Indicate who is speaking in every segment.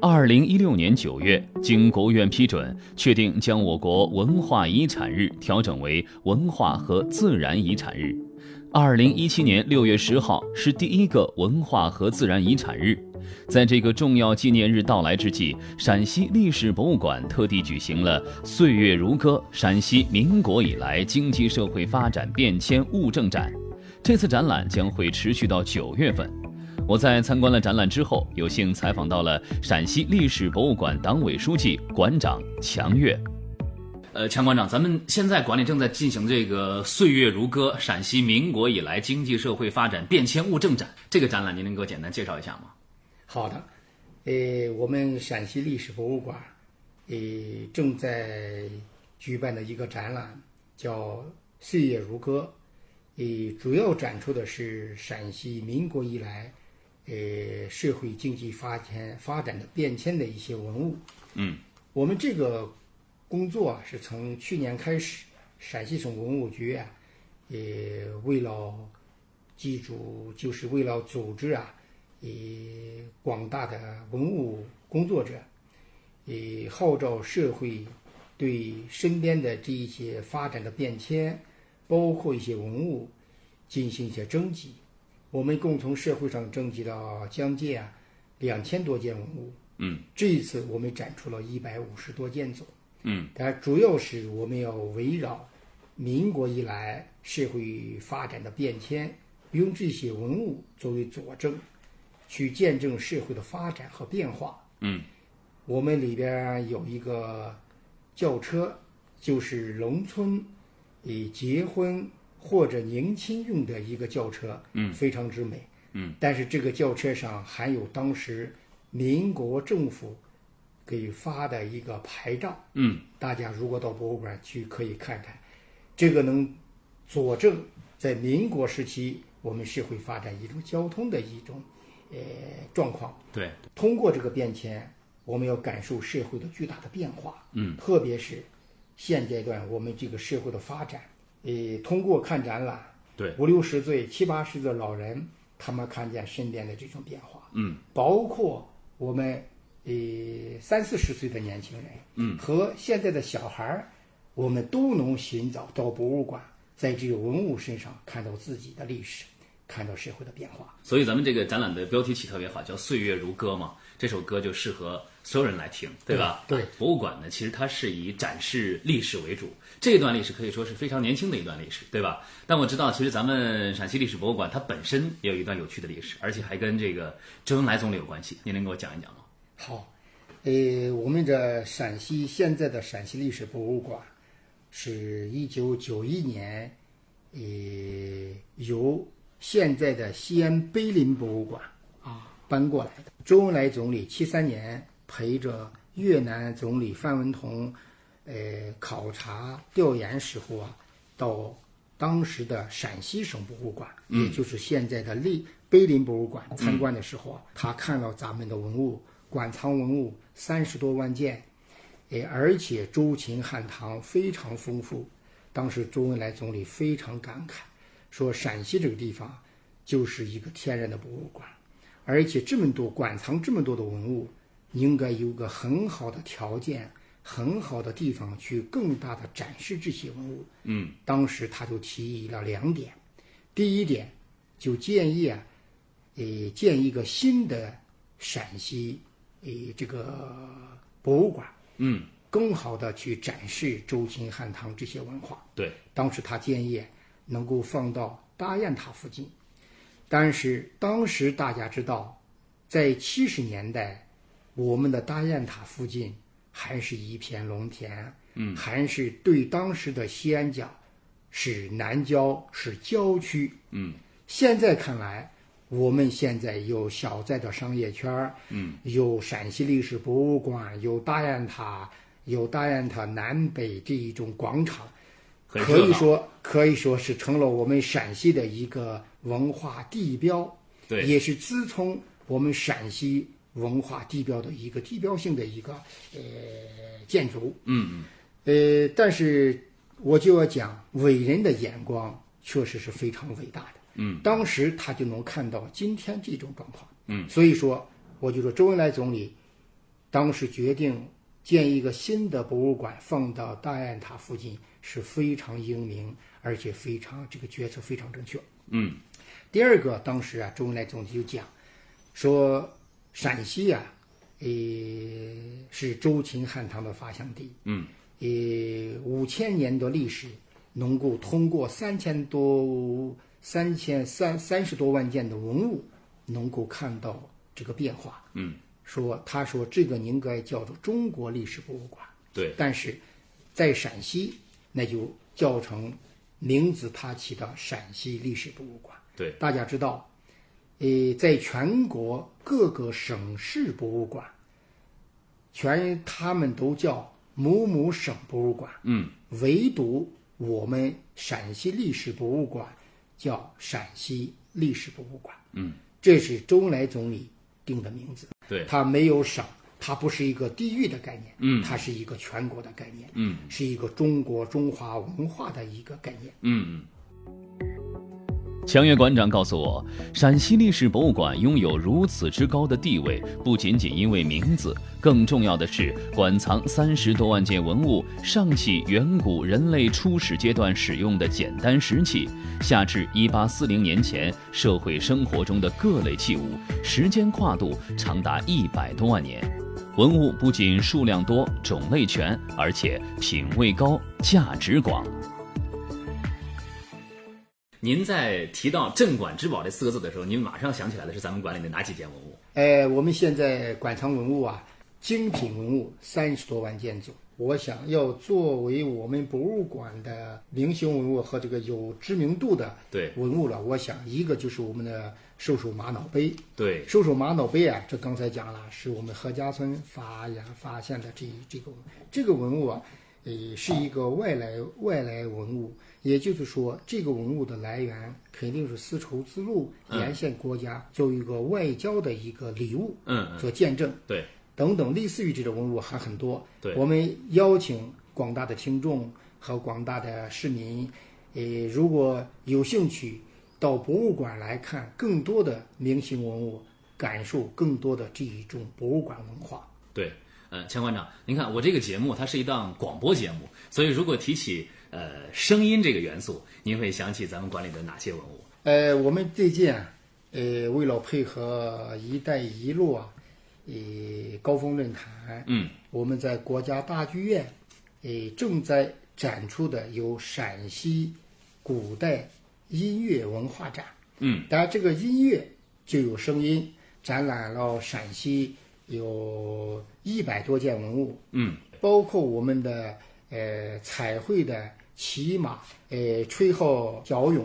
Speaker 1: 二零一六年九月，经国务院批准，确定将我国文化遗产日调整为文化和自然遗产日。二零一七年六月十号是第一个文化和自然遗产日。在这个重要纪念日到来之际，陕西历史博物馆特地举行了“岁月如歌：陕西民国以来经济社会发展变迁物证展”。这次展览将会持续到九月份。我在参观了展览之后，有幸采访到了陕西历史博物馆党委书记、馆长强越。呃，强馆长，咱们现在馆里正在进行这个“岁月如歌：陕西民国以来经济社会发展变迁物证展”这个展览，您能给我简单介绍一下吗？
Speaker 2: 好的，呃，我们陕西历史博物馆，呃，正在举办的一个展览叫《岁月如歌》，呃，主要展出的是陕西民国以来。呃，社会经济发展发展的变迁的一些文物。
Speaker 1: 嗯，
Speaker 2: 我们这个工作啊，是从去年开始，陕西省文物局啊，呃，为了记住，就是为了组织啊，呃，广大的文物工作者，呃，号召社会对身边的这一些发展的变迁，包括一些文物，进行一些征集。我们共从社会上征集了将近啊两千多件文物，
Speaker 1: 嗯，
Speaker 2: 这一次我们展出了一百五十多件总，
Speaker 1: 嗯，
Speaker 2: 它主要是我们要围绕民国以来社会发展的变迁，用这些文物作为佐证，去见证社会的发展和变化。
Speaker 1: 嗯，
Speaker 2: 我们里边有一个轿车，就是农村以结婚。或者迎亲用的一个轿车，
Speaker 1: 嗯，
Speaker 2: 非常之美，
Speaker 1: 嗯，
Speaker 2: 但是这个轿车上含有当时民国政府给发的一个牌照，
Speaker 1: 嗯，
Speaker 2: 大家如果到博物馆去可以看看，这个能佐证在民国时期我们社会发展一种交通的一种呃状况。
Speaker 1: 对，
Speaker 2: 通过这个变迁，我们要感受社会的巨大的变化，
Speaker 1: 嗯，
Speaker 2: 特别是现阶段我们这个社会的发展，呃，通过看展览，
Speaker 1: 对
Speaker 2: 五六十岁、七八十岁的老人，他们看见身边的这种变化，
Speaker 1: 嗯，
Speaker 2: 包括我们呃三四十岁的年轻人，嗯，和现在的小孩儿，我们都能寻找到博物馆，在这个文物身上看到自己的历史，看到社会的变化。
Speaker 1: 所以咱们这个展览的标题起特别好，叫“岁月如歌”嘛，这首歌就适合所有人来听，对吧？
Speaker 2: 嗯对对
Speaker 1: 博物馆呢，其实它是以展示历史为主，这段历史可以说是非常年轻的一段历史，对吧？但我知道，其实咱们陕西历史博物馆它本身也有一段有趣的历史，而且还跟这个周恩来总理有关系，您能给我讲一讲吗？
Speaker 2: 好，呃，我们这陕西现在的陕西历史博物馆，是一九九一年，呃，由现在的西安碑林博物馆啊搬过来的。周恩来总理七三年陪着越南总理范文同，呃，考察调研时候啊，到当时的陕西省博物馆，也就是现在的历碑林博物馆参观的时候啊，他看到咱们的文物馆藏文物三十多万件，诶，而且周秦汉唐非常丰富。当时周恩来总理非常感慨，说陕西这个地方就是一个天然的博物馆，而且这么多馆藏这么多的文物，应该有个很好的条件、很好的地方去更大的展示这些文物。
Speaker 1: 嗯，
Speaker 2: 当时他就提议了两点，第一点就建议啊，呃，建一个新的陕西呃这个博物馆，
Speaker 1: 嗯，
Speaker 2: 更好的去展示周秦汉唐这些文化。
Speaker 1: 对，
Speaker 2: 当时他建议能够放到大雁塔附近，但是当时大家知道，在七十年代，我们的大雁塔附近还是一片农田，嗯，还是对当时的西安讲是南郊是郊区，
Speaker 1: 嗯，
Speaker 2: 现在看来。我们现在有小寨的商业圈儿，
Speaker 1: 嗯，
Speaker 2: 有陕西历史博物馆，有大雁塔，有大雁塔南北这一种广场，
Speaker 1: 很
Speaker 2: 可
Speaker 1: 热
Speaker 2: 以
Speaker 1: 闹，
Speaker 2: 说可以说是成了我们陕西的一个文化地标，
Speaker 1: 对
Speaker 2: 也是自从我们陕西文化地标的一个地标性的一个呃建筑。
Speaker 1: 嗯
Speaker 2: 呃，但是我就要讲，伟人的眼光确实是非常伟大的。
Speaker 1: 嗯，
Speaker 2: 当时他就能看到今天这种状况。
Speaker 1: 嗯，
Speaker 2: 所以说我就说周恩来总理当时决定建一个新的博物馆放到大雁塔附近是非常英明，而且非常这个决策非常正确。
Speaker 1: 嗯，
Speaker 2: 第二个，当时啊，周恩来总理就讲说，陕西啊，呃，是周秦汉唐的发祥地。
Speaker 1: 嗯，
Speaker 2: 呃，五千年的历史，能够通过三千多、三千三三十多万件的文物，能够看到这个变化。
Speaker 1: 嗯，
Speaker 2: 说他说这个应该叫做中国历史博物馆。
Speaker 1: 对，
Speaker 2: 但是在陕西，那就叫成名字他起的陕西历史博物馆。
Speaker 1: 对，
Speaker 2: 大家知道，呃，在全国各个省市博物馆，全他们都叫某某省博物馆，
Speaker 1: 嗯，
Speaker 2: 唯独我们陕西历史博物馆叫陕西历史博物馆，
Speaker 1: 嗯，
Speaker 2: 这是周恩来总理定的名字。
Speaker 1: 对，
Speaker 2: 它没有省，它不是一个地域的概念，嗯，它是一个全国的概念，
Speaker 1: 嗯，
Speaker 2: 是一个中国中华文化的一个概念。
Speaker 1: 嗯。强越馆长告诉我，陕西历史博物馆拥有如此之高的地位，不仅仅因为名字，更重要的是馆藏三十多万件文物，上起远古人类初始阶段使用的简单石器，下至一八四零年前社会生活中的各类器物，时间跨度长达一百多万年。文物不仅数量多、种类全，而且品位高、价值广。
Speaker 3: 您在提到“镇馆之宝”这四个字的时候，您马上想起来的是咱们馆里的哪几件文物？
Speaker 2: 呃，我们现在馆藏文物啊，精品文物三十多万件组。我想要作为我们博物馆的明星文物和这个有知名度的
Speaker 3: 对
Speaker 2: 文物了，我想一个就是我们的兽首玛瑙杯。
Speaker 3: 对，
Speaker 2: 兽首玛瑙杯啊，这刚才讲了，是我们何家村发呀发现的这一这个这个文物啊，呃，是一个外来外来文物，也就是说，这个文物的来源肯定是丝绸之路沿线国家作为一个外交的一个礼物
Speaker 3: 嗯嗯，
Speaker 2: 做见证。
Speaker 3: 对，
Speaker 2: 等等，类似于这种文物还很多。
Speaker 3: 对
Speaker 2: 我们邀请广大的听众和广大的市民，呃，如果有兴趣到博物馆来看更多的明星文物，感受更多的这一种博物馆文化。
Speaker 3: 对，呃，钱馆长，您看我这个节目它是一档广播节目，所以如果提起呃声音这个元素，您会想起咱们馆里的哪些文物？
Speaker 2: 呃，我们最近啊，呃，为了配合“一带一路”啊，呃，高峰论坛，
Speaker 3: 嗯，
Speaker 2: 我们在国家大剧院，呃，正在展出的有陕西古代音乐文化展，
Speaker 3: 嗯，
Speaker 2: 当然这个音乐就有声音，展览了陕西有一百多件文物，
Speaker 3: 嗯，
Speaker 2: 包括我们的呃彩绘的骑马，呃吹号角俑，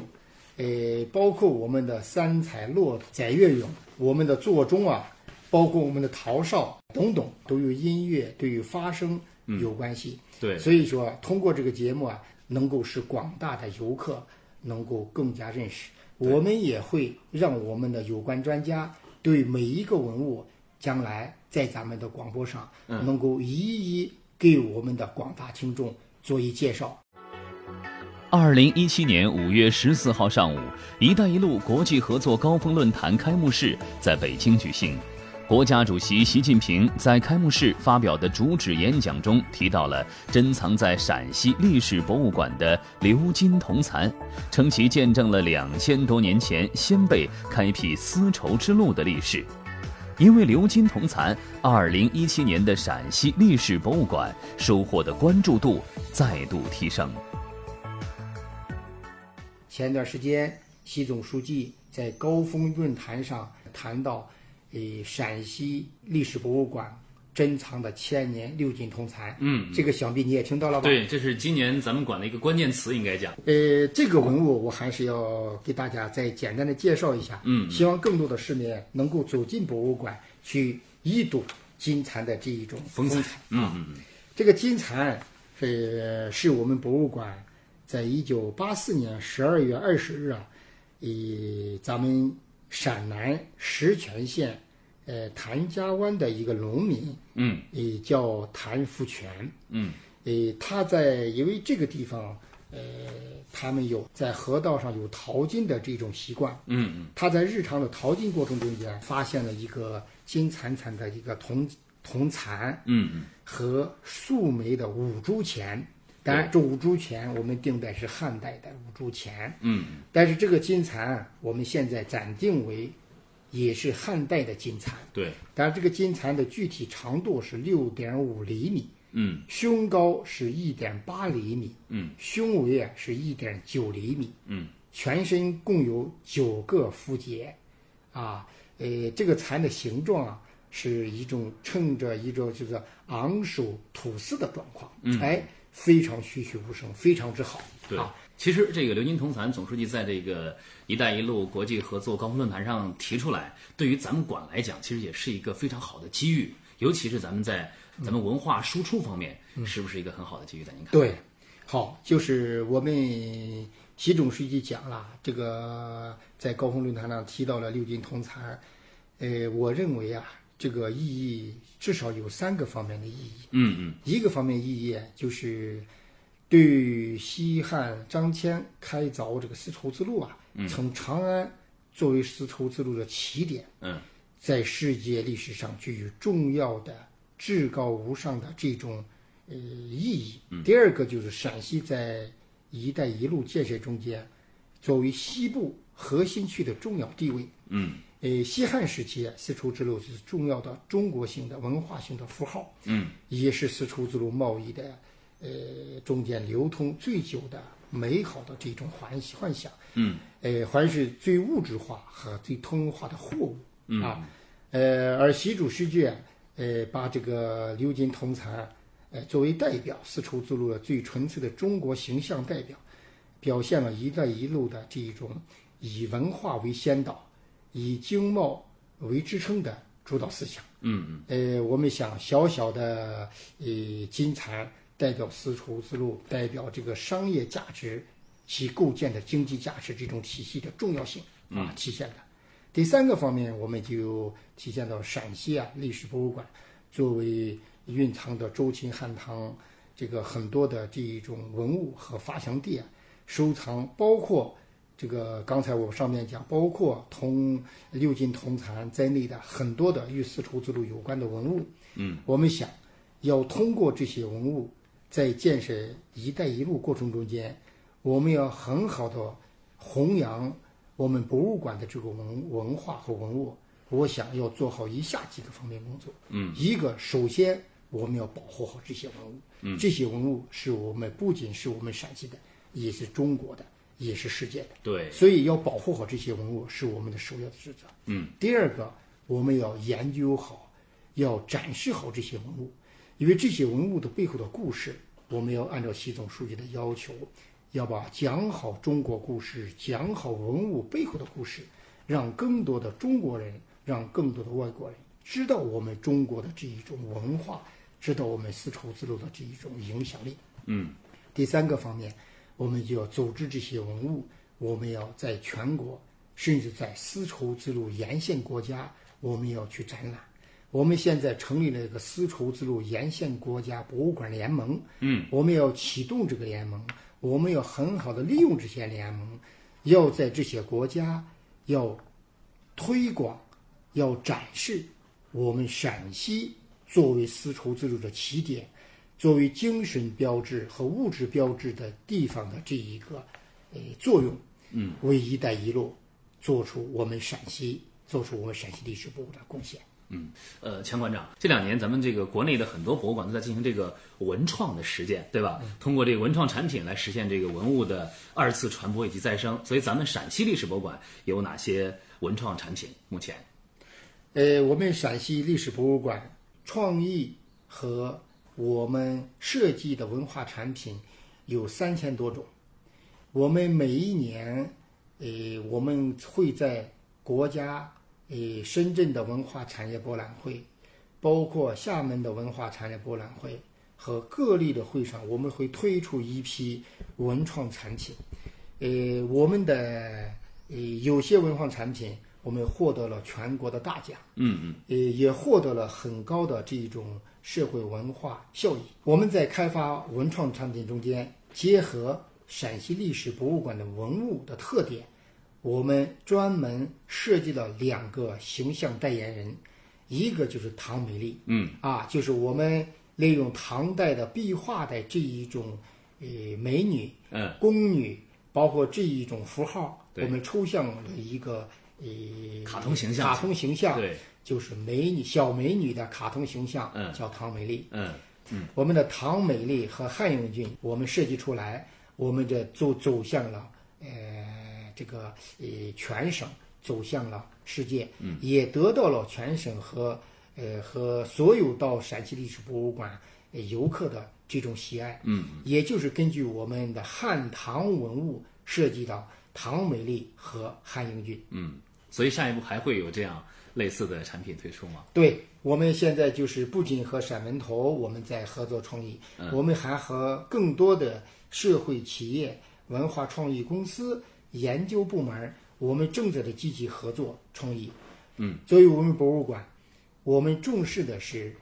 Speaker 2: 呃包括我们的三彩骆驼、载月俑，我们的座钟啊，包括我们的陶哨等等，都与音乐、对于发声有关系。
Speaker 3: 对，
Speaker 2: 所以说，通过这个节目啊，能够使广大的游客能够更加认识。我们也会让我们的有关专家对每一个文物，将来在咱们的广播上能够一一给我们的广大听众做一介绍。
Speaker 1: 二零一七年五月十四号上午，“一带一路”国际合作高峰论坛开幕式在北京举行。国家主席习近平在开幕式发表的主旨演讲中提到了珍藏在陕西历史博物馆的鎏金铜蚕，称其见证了两千多年前先辈开辟丝绸之路的历史。因为鎏金铜蚕，二零一七年的陕西历史博物馆收获的关注度再度提升。
Speaker 2: 前段时间，习总书记在高峰论坛上谈到，呃，陕西历史博物馆珍藏的千年六金铜蚕，
Speaker 3: 嗯，
Speaker 2: 这个想必你也听到了吧？
Speaker 3: 对，这是今年咱们馆的一个关键词，应该讲。
Speaker 2: 呃，这个文物我还是要给大家再简单的介绍一下，嗯，希望更多的市民能够走进博物馆去一睹金蚕的这一种风采。
Speaker 3: 嗯嗯嗯，
Speaker 2: 这个金蚕，呃，是我们博物馆在一九八四年十二月二十日啊，以咱们陕南石泉县，呃，谭家湾的一个农民，
Speaker 3: 嗯，
Speaker 2: 也叫谭福全，
Speaker 3: 嗯，
Speaker 2: 呃，他在因为这个地方，呃，他们有在河道上有淘金的这种习惯，
Speaker 3: 嗯嗯，
Speaker 2: 他在日常的淘金过程中间发现了一个金灿灿的一个铜铜蟾，
Speaker 3: 嗯嗯，
Speaker 2: 和素梅的五铢钱。当然，这五铢钱我们定的是汉代的五铢钱，
Speaker 3: 嗯，
Speaker 2: 但是这个金蟾啊我们现在暂定为也是汉代的金蟾。
Speaker 3: 对，
Speaker 2: 当然，这个金蟾的具体长度是六点五厘米，
Speaker 3: 嗯
Speaker 2: 胸高是一点八厘米，
Speaker 3: 嗯，
Speaker 2: 胸围啊是一点九厘米，
Speaker 3: 嗯，
Speaker 2: 全身共有九个肤节，啊，呃，这个蚕的形状啊是一种衬着一种就是昂首吐丝的状况，嗯，哎，非常栩栩如生，非常之好，
Speaker 3: 对
Speaker 2: 啊，。
Speaker 3: 其实这个刘金铜蚕总书记在这个“一带一路”国际合作高峰论坛上提出来，对于咱们馆来讲，其实也是一个非常好的机遇，尤其是咱们在咱们文化输出方面，是不是一个很好的机遇？在您看，
Speaker 2: 对，好，就是我们习总书记讲了，这个在高峰论坛上提到了六金铜蚕，呃，我认为啊，这个意义至少有三个方面的意义。
Speaker 3: 嗯嗯
Speaker 2: 一个方面意义就是对西汉张骞开凿这个丝绸之路啊，从长安作为丝绸之路的起点，
Speaker 3: 嗯，
Speaker 2: 在世界历史上具有重要的、至高无上的这种呃意义。第二个就是陕西在“一带一路”建设中间，作为西部核心区的重要地位。
Speaker 3: 嗯，
Speaker 2: 呃，西汉时期啊，丝绸之路是重要的中国性的文化性的符号。
Speaker 3: 嗯，
Speaker 2: 也是丝绸之路贸易的呃中间流通最久的美好的这种幻幻想。
Speaker 3: 嗯，
Speaker 2: 呃，还是最物质化和最通用化的货物。嗯啊，呃，而习主席啊，呃，把这个鎏金铜蚕，呃，作为代表丝绸之路的最纯粹的中国形象代表，表现了“一带一路”的这一种以文化为先导、以经贸为支撑的主导思想。
Speaker 3: 嗯
Speaker 2: 呃，我们想小小的呃金蚕代表丝绸之路，代表这个商业价值其构建的经济价值这种体系的重要性啊体现的。第三个方面，我们就体现到陕西啊历史博物馆作为蕴藏的周秦汉唐这个很多的这一种文物和发祥地啊，收藏包括这个刚才我上面讲，包括铜六金铜蚕在内的很多的与丝绸之路有关的文物。嗯，我们想要通过这些文物，在建设“一带一路”过程中间，我们要很好的弘扬我们博物馆的这个文文化和文物。我想要做好以下几个方面工作。嗯，一个首先我们要保护好这些文物。嗯，这些文物是我们不仅是我们陕西的，也是中国的，也是世界的。
Speaker 3: 对
Speaker 2: 所以要保护好这些文物是我们的首要的职责。嗯，第二个，我们要研究好，要展示好这些文物，因为这些文物的背后的故事，我们要按照习总书记的要求，要把讲好中国故事，讲好文物背后的故事，让更多的中国人，让更多的外国人知道我们中国的这一种文化，知道我们丝绸之路的这一种影响力。第三个方面，我们就要组织这些文物，我们要在全国，甚至在丝绸之路沿线国家，我们要去展览。我们现在成立了一个丝绸之路沿线国家博物馆联盟，嗯，我们要启动这个联盟，我们要很好的利用这些联盟，要在这些国家要推广，要展示我们陕西作为丝绸之路的起点，作为精神标志和物质标志的地方的这一个呃作用，嗯，为“一带一路”做出我们陕西做出我们陕西历史博物馆的贡献。
Speaker 3: 嗯，呃，钱馆长，这两年咱们这个国内的很多博物馆都在进行这个文创的实践，对吧？通过这个文创产品来实现这个文物的二次传播以及再生。所以咱们陕西历史博物馆有哪些文创产品？目前，
Speaker 2: 呃，我们陕西历史博物馆创意和我们设计的文化产品有三千多种。我们每一年，呃，我们会在国家呃深圳的文化产业博览会，包括厦门的文化产业博览会和各地的会上，我们会推出一批文创产品。呃，我们的呃有些文创产品，我们获得了全国的大奖，
Speaker 3: 嗯嗯
Speaker 2: 呃，也获得了很高的这种社会文化效益。我们在开发文创产品中间，结合陕西历史博物馆的文物的特点，我们专门设计了两个形象代言人，一个就是唐美丽，
Speaker 3: 嗯，
Speaker 2: 啊，就是我们利用唐代的壁画的这一种呃美女、
Speaker 3: 嗯，
Speaker 2: 宫女，包括这一种符号，
Speaker 3: 对
Speaker 2: 我们抽象了一个呃
Speaker 3: 卡通形象
Speaker 2: 卡通形象
Speaker 3: 对，
Speaker 2: 就是美女小美女的卡通形象，
Speaker 3: 嗯
Speaker 2: 叫唐美丽。
Speaker 3: 嗯，
Speaker 2: 我们的唐美丽和汉英俊，我们设计出来，我们这走走向了呃这个呃全省，走向了世界，嗯，也得到了全省和呃和所有到陕西历史博物馆、呃游客的这种喜爱，嗯，也就是根据我们的汉唐文物设计的唐美丽和汉英俊。
Speaker 3: 所以下一步还会有这样类似的产品推出吗？
Speaker 2: 对，我们现在就是不仅和陕门头我们在合作创意，我们还和更多的社会企业、文化创意公司、研究部门，我们正在的积极合作创意。嗯，作为文物博物馆，我们重视的是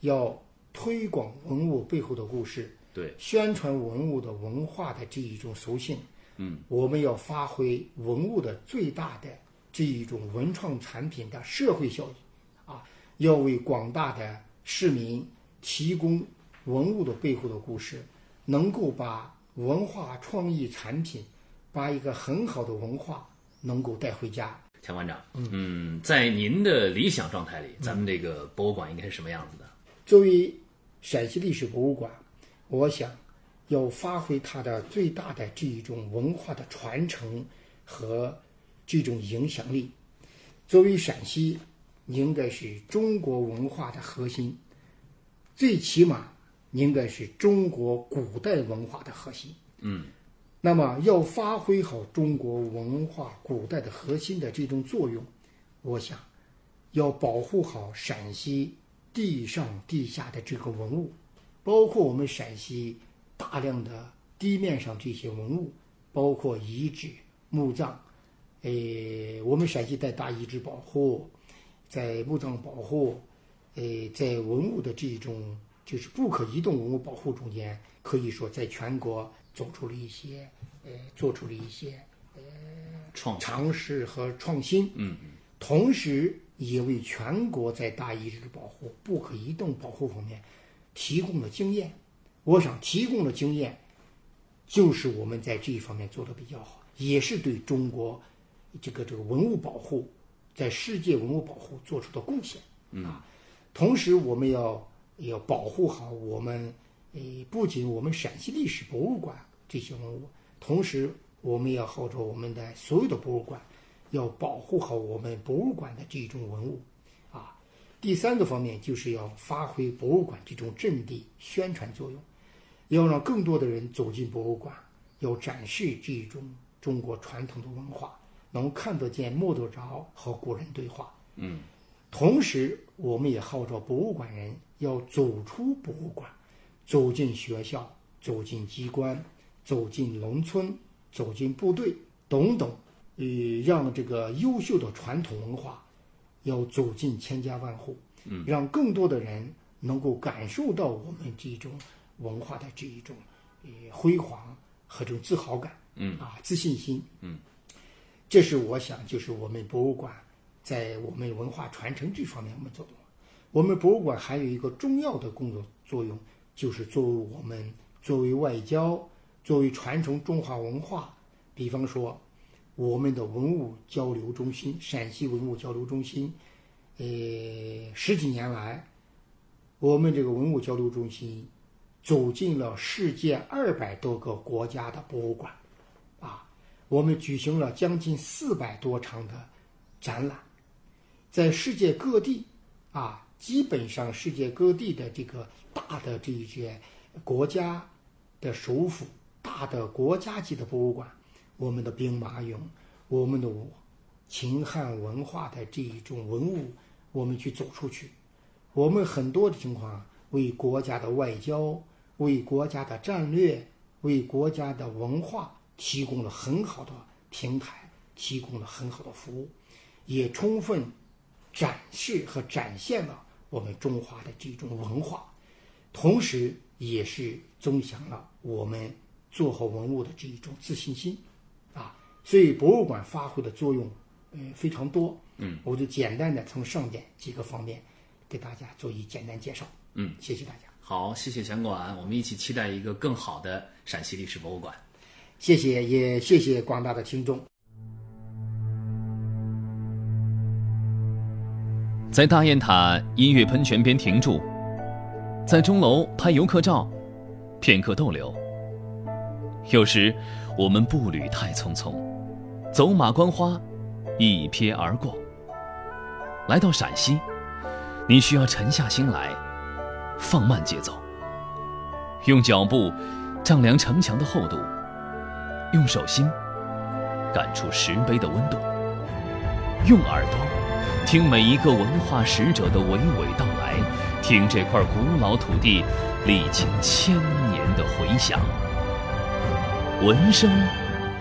Speaker 2: 要推广文物背后的故事，
Speaker 3: 对，
Speaker 2: 宣传文物的文化的这一种属性。嗯，我们要发挥文物的最大的这一种文创产品的社会效益，啊，要为广大的市民提供文物的背后的故事，能够把文化创意产品，把一个很好的文化能够带回家。
Speaker 3: 田馆长，嗯，在您的理想状态里，咱们这个博物馆应该是什么样子的？
Speaker 2: 作为陕西历史博物馆，我想要发挥它的最大的这一种文化的传承和这种影响力。作为陕西，应该是中国文化的核心，最起码应该是中国古代文化的核心。那么要发挥好中国文化古代的核心的这种作用，我想要保护好陕西地上地下的这个文物，包括我们陕西大量的地面上这些文物，包括遗址、墓葬，呃，我们陕西在大遗址保护，在墓葬保护，呃，在文物的这种就是不可移动文物保护中间，可以说在全国走出了一些，呃，做出了一些
Speaker 3: 创
Speaker 2: 尝试和创新。嗯，同时也为全国在大遗址保护、不可移动保护方面提供了经验。我想提供的经验，就是我们在这一方面做得比较好，也是对中国这个这个文物保护，在世界文物保护做出的贡献。同时，我们要要保护好我们，呃，不仅我们陕西历史博物馆这些文物，同时我们要号召我们的所有的博物馆，要保护好我们博物馆的这种文物，啊。第三个方面就是要发挥博物馆这种阵地宣传作用，要让更多的人走进博物馆，要展示这种中国传统的文化，能看得见、摸得着，和古人对话。同时，我们也号召博物馆人要走出博物馆，走进学校，走进机关，走进农村，走进部队，等等，呃，让这个优秀的传统文化要走进千家万户，嗯，让更多的人能够感受到我们这种文化的这一种呃辉煌和这种自豪感，嗯啊，自信心，这是我想，就是我们博物馆在我们文化传承这方面我们做的。我们博物馆还有一个重要的工作作用，就是作为我们作为外交，作为传承中华文化，比方说我们的文物交流中心，陕西文物交流中心，呃，十几年来，我们这个文物交流中心走进了世界二百多个国家的博物馆。啊，我们举行了将近四百多场的展览，在世界各地啊，基本上世界各地的这个大的这一些国家的首府、大的国家级的博物馆，我们的兵马俑，我们的秦汉文化的这一种文物，我们去走出去，我们很多的情况为国家的外交、为国家的战略、为国家的文化提供了很好的平台，提供了很好的服务，也充分展示和展现了我们中华的这种文化，同时也是增强了我们做好文物的这一种自信心啊。所以博物馆发挥的作用，呃，非常多。嗯，我就简单的从上面几个方面给大家做一简单介绍。
Speaker 3: 嗯，
Speaker 2: 谢谢大家，
Speaker 3: 好，谢谢钱管，我们一起期待一个更好的陕西历史博物馆。
Speaker 2: 谢谢，也谢谢广大的听众。
Speaker 1: 在大雁塔音乐喷泉边停住，在钟楼拍游客照，片刻逗留。有时我们步履太匆匆，走马观花，一瞥而过。来到陕西，你需要沉下心来，放慢节奏，用脚步丈量城墙的厚度，用手心感触石碑的温度，用耳朵听每一个文化使者的娓娓道来，听这块古老土地历经千年的回响。闻声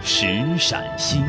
Speaker 1: 识陕西。